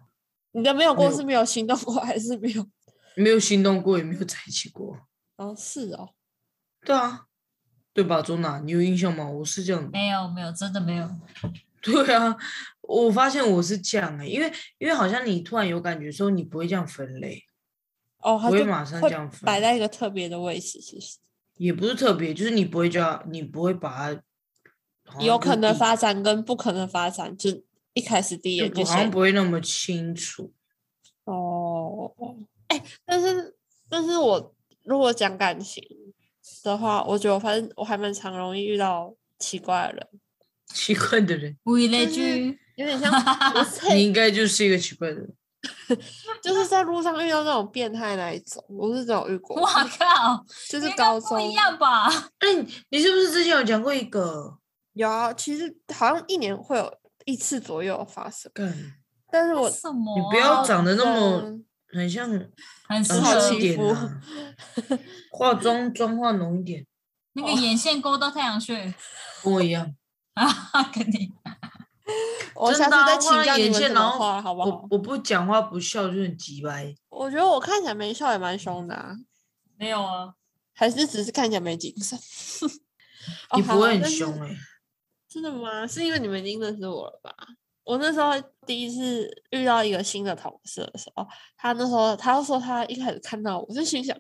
S3: 你的没有过
S2: 没有
S3: 是没有心动过，还是没有？
S2: 没有心动过，也没有在一起过。
S3: 哦，是哦，
S2: 对啊，对吧，钟娜，你有印象吗？我是这样的。
S1: 没有没有，真的没有。
S2: 对啊，我发现我是这样哎、因为因为好像你突然有感觉说你不会这样分类，
S3: 哦，他
S2: 不会
S3: 就
S2: 马上
S3: 会
S2: 这样分
S3: 摆在一个特别的位置，其实
S2: 也不是特别，就是你不会叫你不会把它，好像
S3: 有
S2: 哦就
S3: 可能
S2: 一
S3: 发展跟不可能发展，就一开始第一
S2: 就
S3: 眼
S2: 不
S3: 就
S2: 好像
S3: 先
S2: 不会那么清楚。
S3: 哦，哎，但是但是我如果讲感情的话，我觉得我发现我还蛮常容易遇到奇怪的人，
S2: 奇怪的人，
S1: 无以类
S3: 就是
S1: 聚，
S3: 有点像我
S2: 你
S3: 是
S2: 应该就是一个奇怪的人。
S3: 就是在路上遇到那种变态那一种，我是有遇过，
S1: 哇靠，
S3: 就
S1: 应
S3: 是
S1: 该
S3: 高
S1: 不
S3: 中
S1: 一样吧？
S2: 哎、你是不是之前有讲过一个？
S3: 有啊，其实好像一年会有一次左右发生，
S2: 干，
S3: 但是我
S1: 什么啊？
S2: 你不要长得那么
S3: 嗯
S2: 很像，
S1: 很适
S2: 长
S3: 好
S1: 合
S2: 大
S3: 奇
S2: 一点 啊，化妆妆化浓一点，
S1: 那个眼线勾到太阳穴
S2: 跟我一样。
S1: 啊，肯定。
S3: 我
S2: 真
S3: 下
S2: 的
S3: 次再
S2: 啊
S3: 请
S2: 画
S3: 教你
S2: 眼
S3: 们
S2: 线
S3: 怎
S2: 然
S3: 么
S2: 后
S3: 画，好不
S2: 我
S3: 好？
S2: 我不讲话不笑就很急白，
S3: 我觉得我看起来没笑也蛮凶的、啊，
S1: 没有啊，
S3: 还是只是看起来没精神。 哦
S2: 你
S3: 好
S2: 不
S3: 啦
S2: 会很
S3: 但是
S2: 凶哎、
S3: 真的吗？是因为你们已经认识我了吧？我那时候第一次遇到一个新的同事的时候，他那时候他就说他一开始看到我就心想，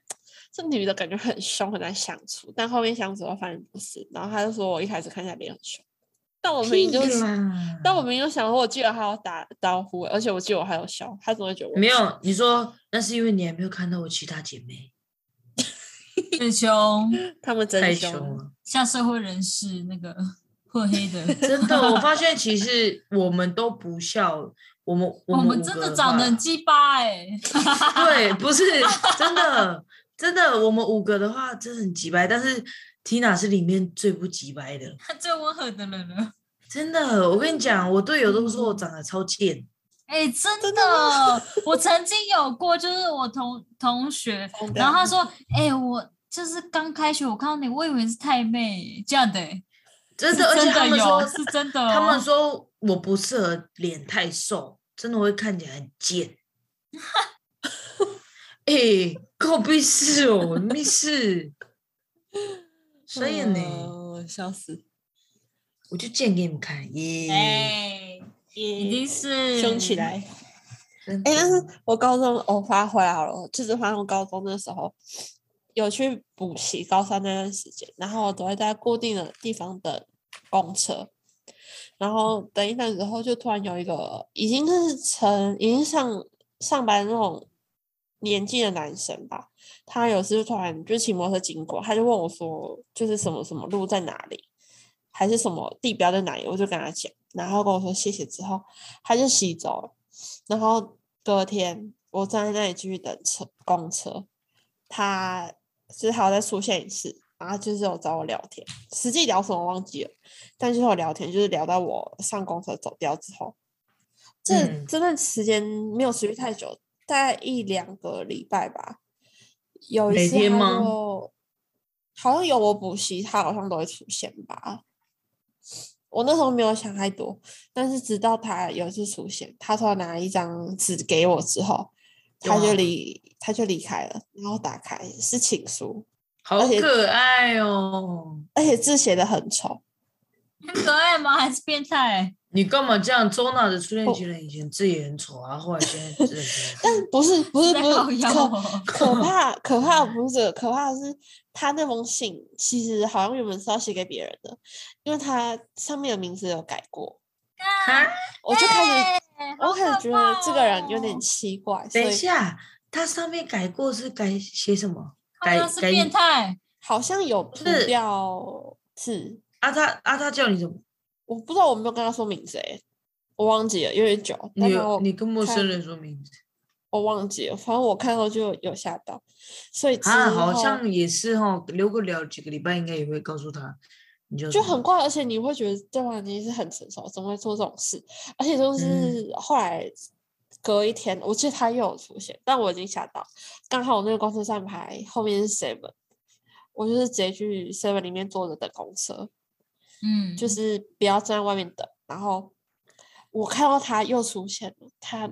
S3: 这女的感觉很凶，很难相处。但后面相处后发现不是，然后他就说我一开始看起来脸很凶，但我明明就
S2: 屁
S3: 是，
S2: 啦
S3: 但我明明就想说，我记得他要打招呼，欸而且我记得我还有笑，他怎么会觉得我
S2: 没
S3: 凶
S2: 有，你说那是因为你还没有看到我其他姐妹，
S1: 很凶，
S3: 他们真
S2: 太
S3: 凶
S2: 凶
S3: 了？
S2: 了，
S1: 像社会人士那个 混黑的，
S2: 真的。我发现其实我们都不笑， 我们
S1: 哦我
S2: 们
S1: 们
S2: 五
S1: 真
S2: 个
S1: 的
S2: 话
S1: 长得很鸡巴哎，
S2: 对，不是真的真的，我们五个的话真的很急白，但是 Tina 是里面最不急白的，
S1: 他最温和的人了。
S2: 真的。我跟你讲，我队友都说我
S1: 嗯
S2: 长得超贱，
S1: 哎、真
S3: 真的
S1: 的，我曾经有过，就是我同同学，
S3: 疯
S1: 然
S3: 掉
S1: 后他说，哎、我就是刚开学，我看到你，我以为是太妹这样的、欸，
S2: 真
S1: 是
S2: 的，而且
S1: 真
S2: 他
S1: 的
S2: 们
S1: 有，
S2: 说
S1: 是真的、哦，
S2: 他们说我不适合脸太瘦，真的会看起来很贱。哎、够逼事哦，没事。所以呢，
S3: 嗯笑死！
S2: 我就贱给你们看耶。
S1: 哎、已经是
S3: 凶起来。
S2: 真
S3: 哎、但
S2: 的
S3: 是我高中我发回来好了，就是发现高中的时候有去补习，高三那段时间，然后我都会在固定的地方等公车，然后等一等之后，就突然有一个已经是成已经上上班那种年纪的男生吧，他有时突然就骑摩托车经过，他就问我说，就是什么什么路在哪里，还是什么地标在哪里，我就跟他讲，然后跟我说谢谢之后，他就洗走了。然后隔天我站在那里继续等车公车，他就是还要再出现一次，然后就是有找我聊天，实际聊什么忘记了，但就是有聊天，就是聊到我上公车走掉之后，这、
S2: 嗯
S3: 这段时间没有持续太久，大概一两个礼拜吧。有一
S2: 每
S3: 次
S2: 天
S3: 他
S2: 吗
S3: 就好像有我补习，他好像都会出现吧。我那时候没有想太多，但是直到他有一次出现，他突然拿一张纸给我之后，他就
S2: 哇
S3: 离他就离开了，然后打开是情书，
S2: 好
S3: 而且
S2: 可爱哦！
S3: 而且字写的很丑，
S1: 很可爱吗？还是变态？
S2: 你干嘛这样？周娜的初恋
S3: 我
S1: 哦
S2: 情人以前字也很丑啊，后来现在字 很丑。
S3: 但不是不是
S1: 在
S3: 不
S1: 靠
S3: 是
S1: 腰
S3: 可
S1: 哦
S3: 可怕可怕的不是这个，可怕的是他那封信其实好像原本是要写给别人的，因为他上面的名字有改过，
S2: 啊，
S3: 我就开始
S1: 哎
S3: 我
S1: 好
S3: 开
S1: 可
S3: 始觉得这个人有
S1: 怕
S3: 点
S1: 哦
S3: 奇怪，所
S2: 等一
S3: 以
S2: 下，它上面改过是改写什么？
S1: 好
S2: 改
S1: 像是
S2: 改
S1: 变态，
S3: 好像有涂
S2: 是
S3: 掉字，
S2: 啊他啊他叫你怎么？
S3: 我不知道我没有跟他说名字诶、我忘记了，有点久，
S2: 你
S3: 但
S2: 有
S3: 然后
S2: 你跟陌
S3: 看
S2: 生人说名字
S3: 我忘记了，反正我看到就有吓到，所以之
S2: 啊？
S3: 后
S2: 好像也是哦，留个聊几个礼拜应该也会告诉他，你就
S3: 就很怪，而且你会觉得对方已经是很成熟，怎么会做这种事？而且
S2: 嗯
S3: 就是后来隔一天，我记得他又有出现，但我已经吓到。刚好我那个公车站牌后面是 seven，我就是直接去 seven 里面坐着等公车，
S1: 嗯，
S3: 就是是不要站在外面等。然后我看到他又出现了，他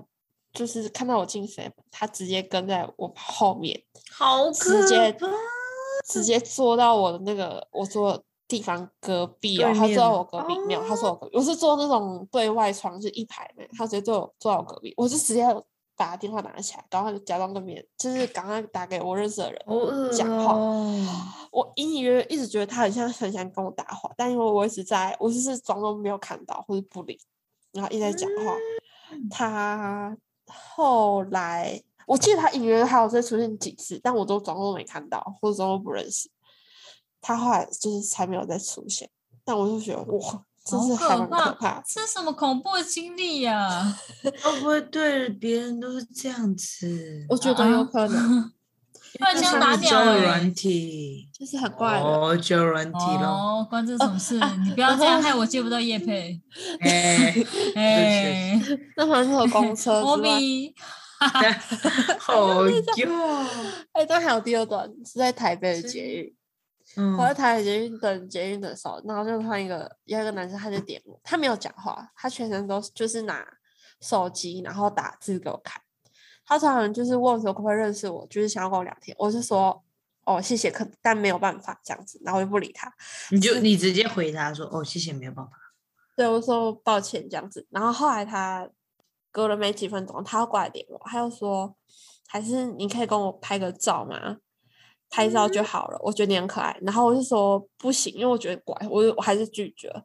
S3: 就是看到我进 seven，他直接跟在我后面，
S2: 好
S3: 直
S2: 可
S3: 接
S2: 怕。嗯
S3: 直接坐到我的那个我坐的地方隔壁哦，
S2: 对
S3: 他坐到
S2: 面哦
S3: 我隔壁，没有，他坐我隔壁，我是坐那种对外窗，就是一排的，他直接坐我坐到我隔壁，我就直接把电话拿起来，然后就假装跟别人，就是赶快打给我认识的人。
S2: 好恶
S3: 讲话
S2: 哦！
S3: 我隐隐约约一直觉得他很像很想跟我搭话，但因为我一直在，我就是装作没有看到或者嗯不理，然后一直在讲话。他后来我记得他隐约还有再出现几次，但我都装作没看到，或者装作不认识。他后来就是才没有再出现，但我就觉得哇，真是还蛮可怕的。
S1: 这是什么恐怖的经历呀、 啊？
S2: 会不会对别人都是这样子？
S3: 我觉得有可能，
S1: 不然这样打
S2: 打
S1: 鸟
S2: 交友
S1: 欸
S2: 软体，
S3: 就是很怪的。
S2: 哦，交友软体了，
S1: 哦，关这什么事？
S3: 啊
S1: 你不要这样害我接不到 叶配。
S2: 哎，
S1: 哎，
S3: 那反正有公车
S1: 我
S3: 之外，
S1: 比
S2: 好哟，
S3: 哎，但还有第二段是在台北的捷运，
S2: 嗯
S3: 我在台北捷运等捷运的时候，然后就突然一个有一个男生他就点我，他没有讲话，他全程都是就是拿手机然后打字给我看。他突然就是问我可不可以认识我，就是想要跟我聊天，我就说哦谢谢，可但没有办法这样子，然后我就不理他。
S2: 你就你直接回答说，哦，谢谢，没有办法。
S3: 对，我说抱歉这样子。然后后来他隔了没几分钟，他又过来点我，他又说还是你可以跟我拍个照吗？拍照
S1: 嗯
S3: 就好了，我觉得你很可爱。然后我就说不行，因为我觉得怪，我就我还是拒绝了。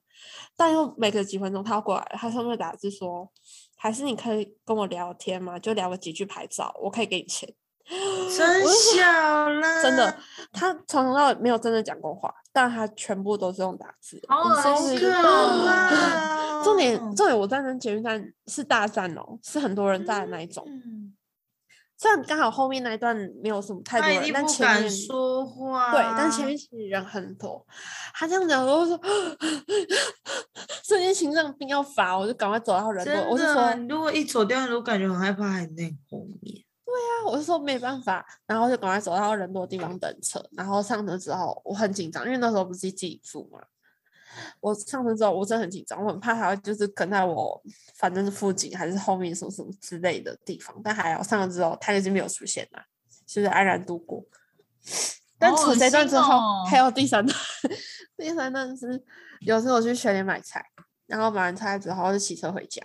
S3: 但又没隔几分钟，他又过来了，他上面打字说还是你可以跟我聊天吗？就聊个几句拍照，我可以给你钱。
S2: 真小啦，
S3: 真
S1: 啊
S3: 的，他从头到尾没有真的讲过话，但他全部都是用打字。
S1: 好
S3: 我
S1: 恶
S3: 终于
S1: 心
S2: 哦
S3: 重点重点，我站在捷运站是大站哦，是很多人站的那一种。
S2: 嗯
S3: 虽然刚好后面那一段没有什么太
S2: 他
S3: 多
S2: 一
S3: 人，
S2: 定
S3: 但
S2: 不
S3: 前面
S2: 敢说啊话，
S3: 对，但前面其实人很多。他这样讲，我就说， 瞬间心脏病要发，我就赶快走到人
S2: 真
S3: 多，
S2: 的，
S3: 我就说，
S2: 你如果一走掉，你都感觉很害怕，还在后面。
S3: 我就说没办法，然后就赶快走到人多的地方等车。然后上车之后，我很紧张，因为那时候不是自己住嘛。我上车之后，我真的很紧张，我很怕他就是跟在我，反正是附近还是后面什么什么之类的地方。但还好，上车之后他已经没有出现了，就是安然度过。但
S1: 好
S3: 除了
S1: 恶
S3: 这段
S1: 心
S3: 之后，
S1: 哦
S3: 还有第三段，第三段是有时候我去全联买菜，然后买完菜之后就骑车回家。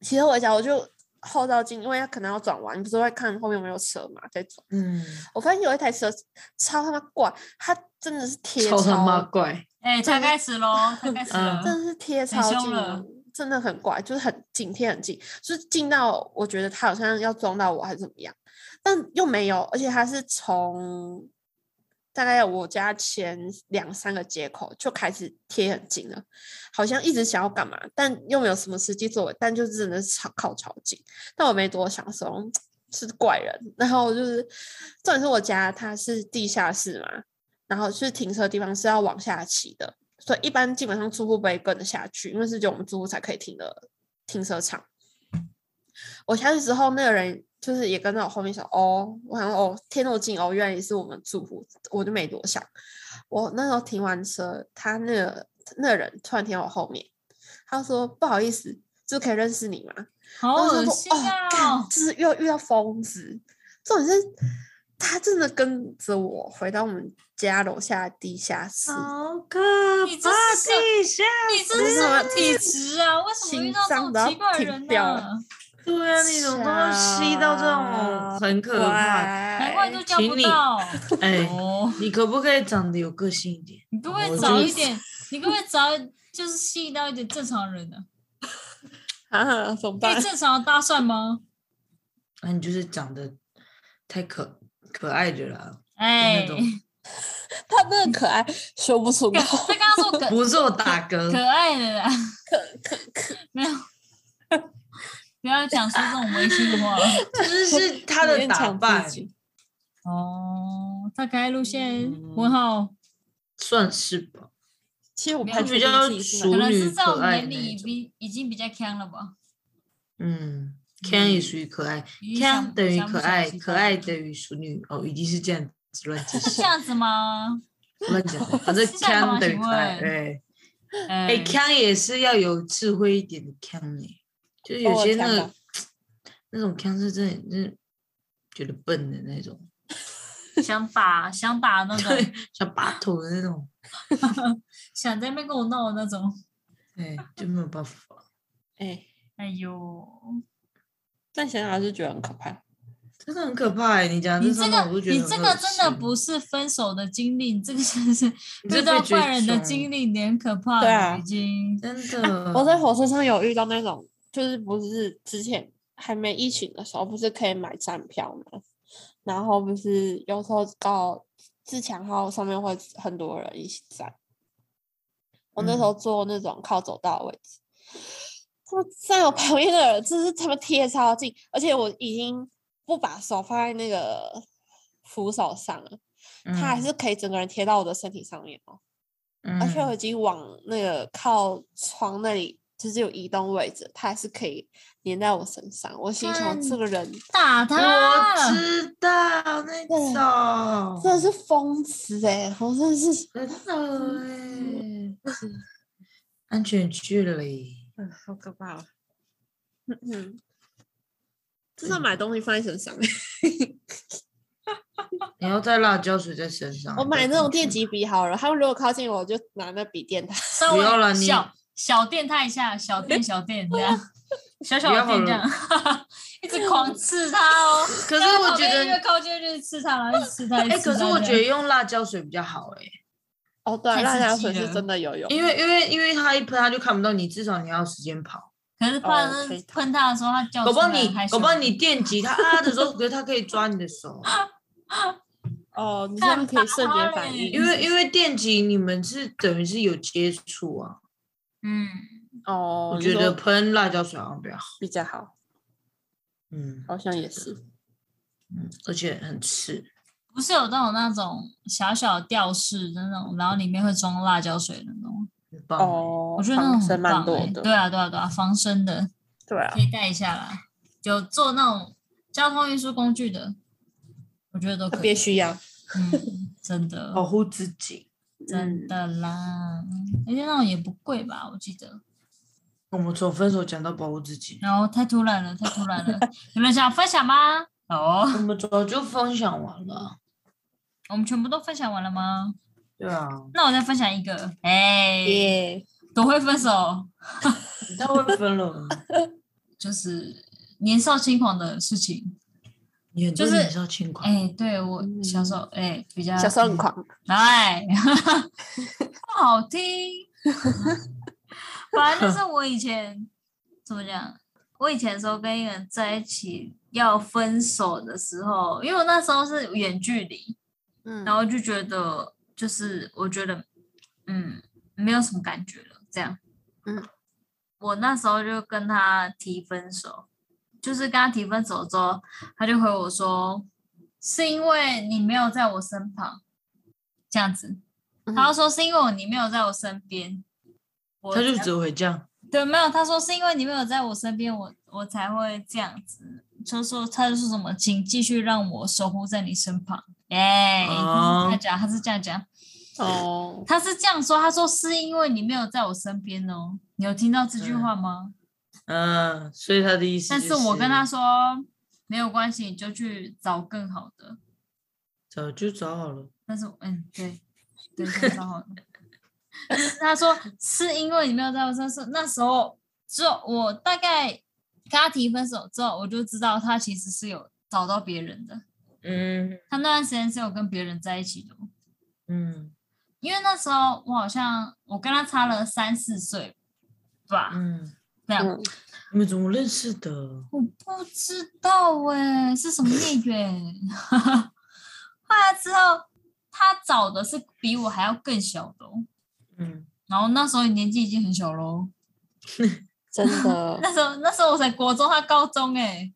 S3: 骑车回家，我就后照镜，因为他可能要转弯，你不是会看后面有没有车嘛，在转。
S2: 嗯，
S3: 我发现有一台车超他妈怪，它真的是贴
S2: 超
S3: 超，
S2: 他妈怪，
S1: 哎，他开始喽，他开始了
S2: 嗯。
S3: 真的是贴
S1: 太
S3: 超
S1: 凶
S3: 近
S1: 了
S3: 的，真的很怪，就是很紧贴很近，就是近到我觉得他好像要撞到我还是怎么样，但又没有，而且他是从大概我家前两三个街口就开始贴很近了，好像一直想要干嘛，但又没有什么实际作为，但就真的是超靠超近。但我没多想说，嗯是怪人。然后就是，重点是我家它是地下室嘛，然后就是停车的地方是要往下骑的，所以一般基本上住户不会跟得下去，因为是只有我们住户才可以停的停车场。我下去之后，那个人就是也跟在我后面想，哦，我想说哦，天那么近哦，原来也是我们住户，我就没多想。我那时候停完车，他那个那个人突然停我后面，他说不好意思，就可以认识你吗？
S1: 好
S3: 然后
S1: 恶
S3: 就
S1: 心
S3: 说哦，干
S1: 啊！
S3: 就是又遇到疯子。重点是，他真的跟着我回到我们家楼下的地下室，
S1: 啊
S2: 好可
S1: 你这
S2: 怕！
S1: 是什
S2: 地下，
S1: 你这是什么体质啊？为什么遇到这种奇怪的人
S3: 心脏都要停掉
S1: 呢
S3: 了？
S2: 对啊，你怎么都要吸到这种，很可怕。
S1: 难
S3: 难
S1: 怪都叫
S2: 请
S1: 不
S2: 你
S1: 到。
S2: 哎，
S1: 哦，
S2: 你可不可以长得有个性一点？
S1: 你可不可
S2: 我
S1: 以早
S2: 就
S1: 一点？你可不可以早就是吸引到一点正常人 呢？
S3: 啊，怎么
S1: 可以
S3: 办？
S1: 正常的搭讪吗？
S2: 那啊你就是长得太可可爱的啦，
S1: 哎，
S2: 那种
S1: 他
S3: 他真的可爱，说 不出口。
S1: 刚刚说可
S2: 不是我打嗝
S1: 可。爱的啦， 没有，不要讲出这种违心的 话。
S2: 就是是他
S3: 有
S2: 的
S3: 点
S2: 打
S3: 抢自
S2: 扮，
S3: 己
S1: 哦，大概路线
S2: 嗯
S1: 问号，
S2: 算是吧。
S3: 其实我
S1: 没
S3: 不
S1: 有
S3: 太
S1: 就
S3: 确
S2: 比
S3: 定
S2: 较
S3: 自己是
S1: 可
S2: 熟
S3: 哪个
S1: 能是
S2: 女
S1: 在我
S2: 可
S1: 们
S2: 爱
S1: 眼
S2: 的那
S1: 里
S2: 一种
S1: 比已经比较强了吧？
S2: 嗯，can 也属于可爱
S1: 你
S2: ，can
S1: 想
S2: 等于
S1: 想不
S2: 可
S1: 想
S2: 爱，
S1: 知
S2: 可
S1: 道
S2: 爱等于熟女哦，一定是这样子乱解
S1: 是
S2: 释
S1: 这样子吗？
S2: 乱讲的，反正
S1: 是这样吗
S2: can 等于
S1: 请
S2: 可爱，
S1: 问
S2: 对，
S1: 哎
S2: 哎，can 也是要有智慧一点的 can 呢，就是有
S3: 哦
S2: 些
S3: ，can
S2: 那个
S3: 吧
S2: 那种 can 是真的就是觉得笨的那种，
S1: 想打想打那种，
S2: 对，像拔头的那种，
S1: 想在那边跟我闹的那种。
S2: 对，就没有办法。
S3: 哎，
S1: 哎呦，
S3: 但想想还是觉得很可怕。
S2: 真的很可怕哎！你讲
S1: 你
S2: 这
S1: 这
S2: 种
S1: 个
S2: 话我就觉得
S1: 你
S2: 很
S1: 这
S2: 恶
S1: 个真的
S2: 心
S1: 不是分手的经历，你这个真的是
S2: 你
S1: 遇
S2: 这
S1: 到
S2: 被追
S1: 坏人的
S2: 踪
S1: 经历，你很可怕
S3: 对
S1: 了
S3: 啊
S1: 已经。
S2: 真的。
S3: 我在火车上有遇到那种，就是不是之前还没疫情的时候，不是可以买站票吗？然后不是有时候到自强号上面会很多人一起站。我那时候坐那种靠走道的位置，他们站我旁边的人，就是他们贴超近，而且我已经不把手放在那个扶手上了，
S2: 嗯
S3: 他还是可以整个人贴到我的身体上面哦。
S2: 嗯
S3: 而且我已经往那个靠窗那里，就是有移动位置，它还是可以粘在我身上。我心想，这
S1: 干
S3: 个人
S1: 打
S2: 我
S1: 他！
S2: 知道那种，
S3: 真的啊是疯子哎、我真 的是
S2: 真的欸安全距离，
S3: 嗯，好可怕、哦。嗯嗯，就是买东西放在身上。
S2: 你要带辣椒水在身上。嗯
S3: 我买
S2: 不
S3: 那
S2: 要
S3: 种 电
S2: 进去，
S3: 击笔好了，他们如果靠近我，我就拿那笔电他。
S1: 稍
S2: 不要了
S1: 微
S2: 你
S1: 小小电他一下，小电小电这样，小小的电这样，一直狂刺他哦。
S2: 可是我觉
S1: 越
S2: 得，
S1: 靠近就是刺他，然后一直刺他。哎
S2: 哎，可是我觉得用辣椒水比较好哎，
S3: 哦，对啊，
S1: 太
S3: 辣
S1: 刺
S3: 椒
S1: 激
S3: 水是
S1: 了
S3: 真的有用。
S2: 因为因为因为它一喷它就看不到你，至少你还有时间跑。
S1: 可是怕
S3: 哦
S1: 是
S3: 可以
S1: 喷他的时候，他
S3: 哦
S1: 叫
S2: 搞
S1: 出
S2: 不好
S1: 来
S2: 你
S1: 还，
S2: 搞不好
S1: 想
S2: 你电击它啊的时候，可 是它可以抓你的手，
S3: 哦，你这样可以瞬间反应。
S2: 因为因为电击你们是等于是有接触啊。
S1: 嗯，
S3: 哦，
S2: 我
S3: 你
S2: 觉
S3: 说
S2: 得喷辣椒水好像比较好，
S3: 比较好，
S2: 嗯
S3: 好像也是。
S2: 嗯，而且很刺。
S1: 不是有那种那种小小的吊饰的那种，然后里面会装辣椒水的那种，
S2: 很棒欸，
S3: 哦，
S1: 我觉得那种
S3: 防身
S1: 很
S3: 蛮
S1: 棒
S3: 多
S1: 哎。
S3: 的。
S1: 对啊，对啊，对啊，防身的
S3: 对啊
S1: 可，以带一下啦。有做那种交通运输工具的，我觉得都
S3: 特
S1: 可
S3: 别
S1: 以。
S3: 需哦要。
S1: 嗯，真的。
S2: 保护自己。
S1: 真的啦，而且那种也不贵吧，我记得。
S2: 我们从分手讲到保护 自己，
S1: 然后太突然了，太突然 了，有人想分享吗？哦，
S2: 我们早就分享完了。
S1: 我们全部都分享完了吗？
S2: 对啊，
S1: 那我再分享一个，哎、
S3: 耶，
S1: 多会分手，
S2: 你太会分了，
S1: 啊就是年少轻狂的事情。
S2: 你很多
S1: 就是
S2: 年少轻狂。
S1: 哎、对我小时候，哎、比较
S3: 嗯小时候很狂，
S1: 哎，不好听。 反正就是我以前怎么讲，我以前的时候跟一个人在一起要分手的时候，因为我那时候是远距离，
S3: 嗯
S1: 然后就觉得就是我觉得嗯没有什么感觉了，这样。
S3: 嗯，
S1: 我那时候就跟他提分手，就是跟他提分手之后，他就回我说是因为你没有在我身旁，这样子。
S3: 嗯
S1: 他就说是因为我你没有在我身边，我
S2: 他就
S1: 才
S2: 只会这样，
S1: 对没有，他说是因为你没有在我身边，我我才会这样子。就说他就说什么，请继续让我守护在你身旁。哎、
S2: 哦
S1: 他是这样讲，他是这样讲，嗯
S3: 哦，
S1: 他是这样说，他说是因为你没有在我身边哦。你有听到这句话吗？
S2: 嗯，所以他的意思。
S1: 但是我跟他，说没有关系，你就去找更好的。
S2: 早就找好了，
S1: 但是我，嗯，对，对，真的超好的。就是他说是因为你没有在我身上，那时候之后我大概跟他提分手之后，我就知道他其实是有找到别人的，
S2: 嗯
S1: 他那段时间是有跟别人在一起的哦。
S2: 嗯
S1: 因为那时候我好像我跟他差了三四岁吧，
S2: 嗯，
S1: 这样、
S3: 嗯，
S2: 你们怎么认识的？
S1: 我不知道哎、是什么孽缘？ 后来之后，他找的是比我还要更小的、哦，
S2: 嗯，
S1: 然后那时候年纪已经很小喽。
S3: 真的，
S1: 那时候那时候我才国中，他高中哎、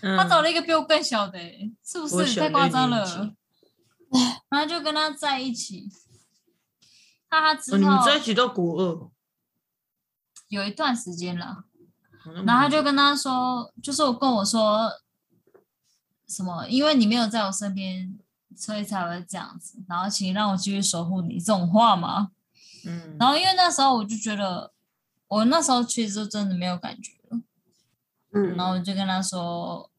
S1: 他
S2: 他
S1: 找了一个比我更小的、欸，是不
S2: 嗯我
S1: 是
S2: 小
S1: 太夸张
S2: 六
S1: 了
S2: 年级？
S1: 然后就跟他在一起，他之
S2: 哦你们
S1: 后
S2: 在一起到国二，
S1: 有一段时间了。
S2: 好像
S1: 然后他
S2: 没
S1: 就跟他说，就是我跟我说什么，因为你没有在我身边，所以才会这样子。然后请让我继续守护你这种话嘛。
S2: 嗯，
S1: 然后因为那时候我就觉得，我那时候其实就真的没有感觉了。
S3: 嗯
S1: 然后我就跟他说，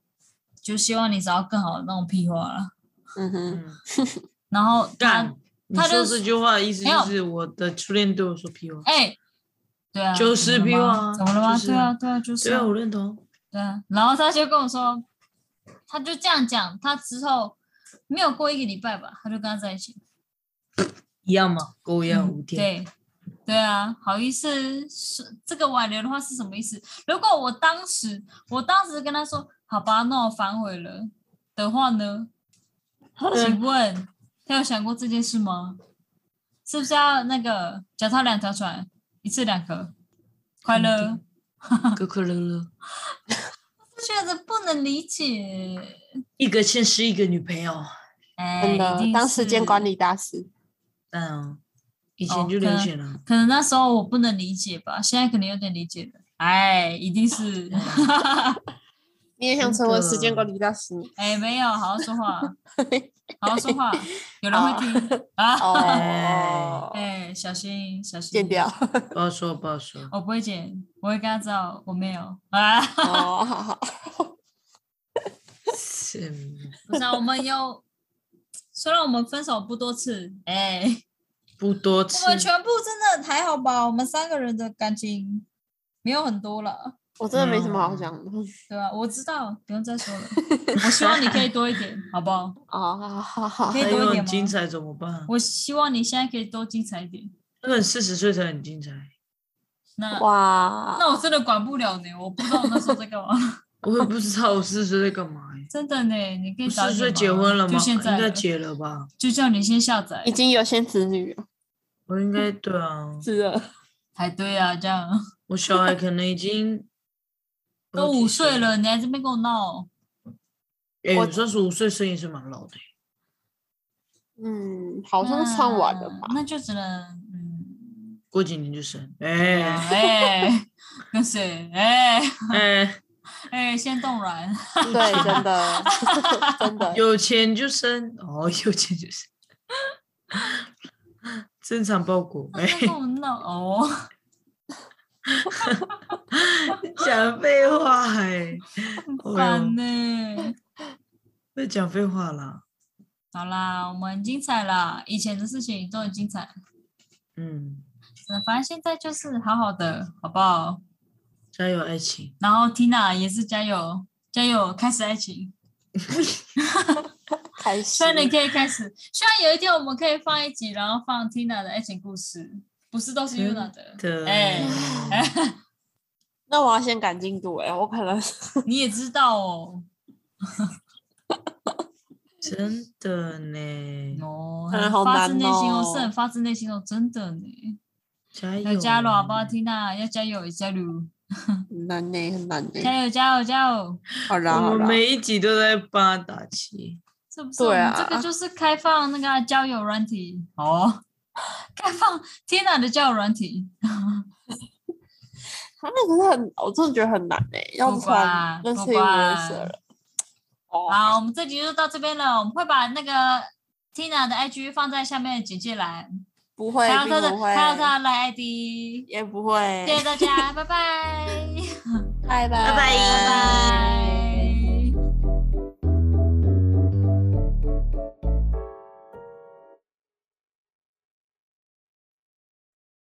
S1: 就希望你找到更好的那种屁话了。
S3: 嗯哼，
S2: 嗯
S1: 然后他
S2: 干，你
S1: 他
S2: 说
S1: 就
S2: 这句话的意思
S1: 没有
S2: 就是我的初恋对我说屁话，
S1: 哎、对啊，
S2: 就是
S1: 怎么了吗
S2: 屁话啊
S1: 怎么了吗？
S2: 就是
S1: 对啊，对啊，就是
S2: 对啊，我认同。
S1: 对啊，然后他就跟我说，他就这样讲，他之后没有过一个礼拜吧，他就跟他在一起，
S2: 一样嘛，跟我一样
S1: 嗯
S2: 五天。
S1: 对，对啊，好意思是这个挽留的话是什么意思？如果我当时我当时跟他说好吧，那我反悔了的话 呢？请问他有想过这件事吗？是不是要那个脚踏两条船，一次两颗？快
S3: 嗯
S1: 乐，
S2: 可可乐乐，
S1: 我觉得不能理解。
S2: 一个现实，一个女朋友。
S1: 哎，
S3: 真
S1: 一
S3: 的
S1: 定
S3: 当时间
S1: 是
S3: 管理大师。
S2: 嗯，以
S1: 哦
S2: 前就
S1: 可
S2: 流
S1: 能
S2: 行了。
S1: 可能那时候我不能理解吧，现在可能有点理解了。哎，一定 是，
S3: 你也想
S2: 真
S3: 成为
S2: 的
S3: 时间管理大师？
S1: 哎，没有，好好说 话，好好说话，有人会听 啊。
S3: 哦，
S1: 哎，小心，小心，
S3: 剪掉。
S2: 不要说，不 要说。
S1: 我不会剪，我会跟他道我没有啊。
S3: 哦，好好，
S2: 嗯，
S1: 不是、啊，我们有，虽然我们分手不多次， 哎、
S2: 不多吃
S1: 我。们全部真的还好吧？我们三个人的感情没有很多了，
S3: 我真的没什么好
S2: 嗯
S3: 讲的。
S1: 对吧、我知道，不用再说 了。我希望你可以多一点，好不好？
S3: 哦，好好好
S1: 可，以
S2: 那
S1: 多一
S2: 又
S1: 点吗
S2: 很哎精彩怎么办？
S1: 我希望你现在可以多精彩一点。
S2: 那你四十岁才很精彩。
S1: 那
S3: 哇，
S1: 那我真的管不了你，我不知道我那时候在干嘛。
S2: 我也不知道我四十岁在干嘛欸。
S1: 真的呢， 你可以
S2: 我
S1: 早
S2: 四
S1: 一
S2: 十
S1: 点
S2: 岁
S1: 嘛
S2: 结婚了吗？
S1: 就现
S2: 应
S1: 在
S2: 该
S1: 了，
S2: 结了吧？
S1: 就叫你先下载
S3: 已。经有先子女了，
S2: 我应该对啊。
S3: 是的，
S1: 才对啊，这 样
S2: 我小孩可能已经
S1: 都
S2: 不知
S1: 五
S2: 几岁
S1: 岁，了，你还这边跟我闹？
S2: 哎、
S3: 我
S2: 三十五岁生也是蛮老的欸、
S3: 嗯，好像算晚了吧
S1: 那？那就只能嗯，
S2: 过几年就生。
S1: 对
S2: 哎、
S1: 啊哎， 跟谁？哎
S2: 哎、
S1: 哎，先冻卵，
S3: 对，真 的，真的，
S2: 有钱就生，哦，有钱就生，正常包裹。哎、
S1: 跟我闹哦。
S2: 讲废话哎、
S1: 很
S2: 哎呦
S1: 烦呢、
S2: 在讲废话啦。
S1: 好啦，我们很精彩啦，以前的事情都很精彩，
S2: 嗯，
S1: 嗯反正现在就是好好的，好不好？
S2: 加油，爱情。
S1: 然后 Tina 也是加油，加油，开始爱情。
S3: 开心
S1: 虽。然你可以开始，希望有一天我们可以放一集，然后放 Tina 的爱情故事，不是都是
S3: 嗯
S1: Yuna 的。
S2: 的，
S1: 哎
S3: 那我要先赶进度哎，我可能
S1: 你也知道哦，
S2: 真 的呢，
S1: 哦，
S3: 嗯好
S1: 发
S3: 难
S1: 自内心哦，
S3: 哦
S1: 是很发自内心哦，真的呢。
S2: 加油，
S1: 要加
S3: 哎
S1: 油好不好？Tina 要加油，加油，
S3: 很难呢，很难呢。
S1: 加油，加油，加油！
S3: 好啦好
S2: 我们
S3: 啦，
S2: 每一集都在帮他打气。
S1: 是不是？
S3: 对
S1: 我们
S3: 啊
S1: 这个就是开放那个啊交友软体哦， 开放天然的交友软体，
S3: 他那个是很，我真的觉得很难哎，要
S1: 不
S3: 突
S1: 管
S3: 然认识
S1: 不
S3: 一个认识的
S1: 管
S3: 人。哦，
S1: 好，我们这集就到这边了，我们会把那个 Tina 的 IG 放在下面的简介栏，
S3: 不会，
S1: 还有
S3: 并
S1: 她的
S3: 不会，
S1: 还有她的 LINE ID，
S3: 也不
S1: 谢谢
S3: 会。
S1: 大家，拜拜，
S2: 拜拜
S3: 拜拜
S1: 拜拜。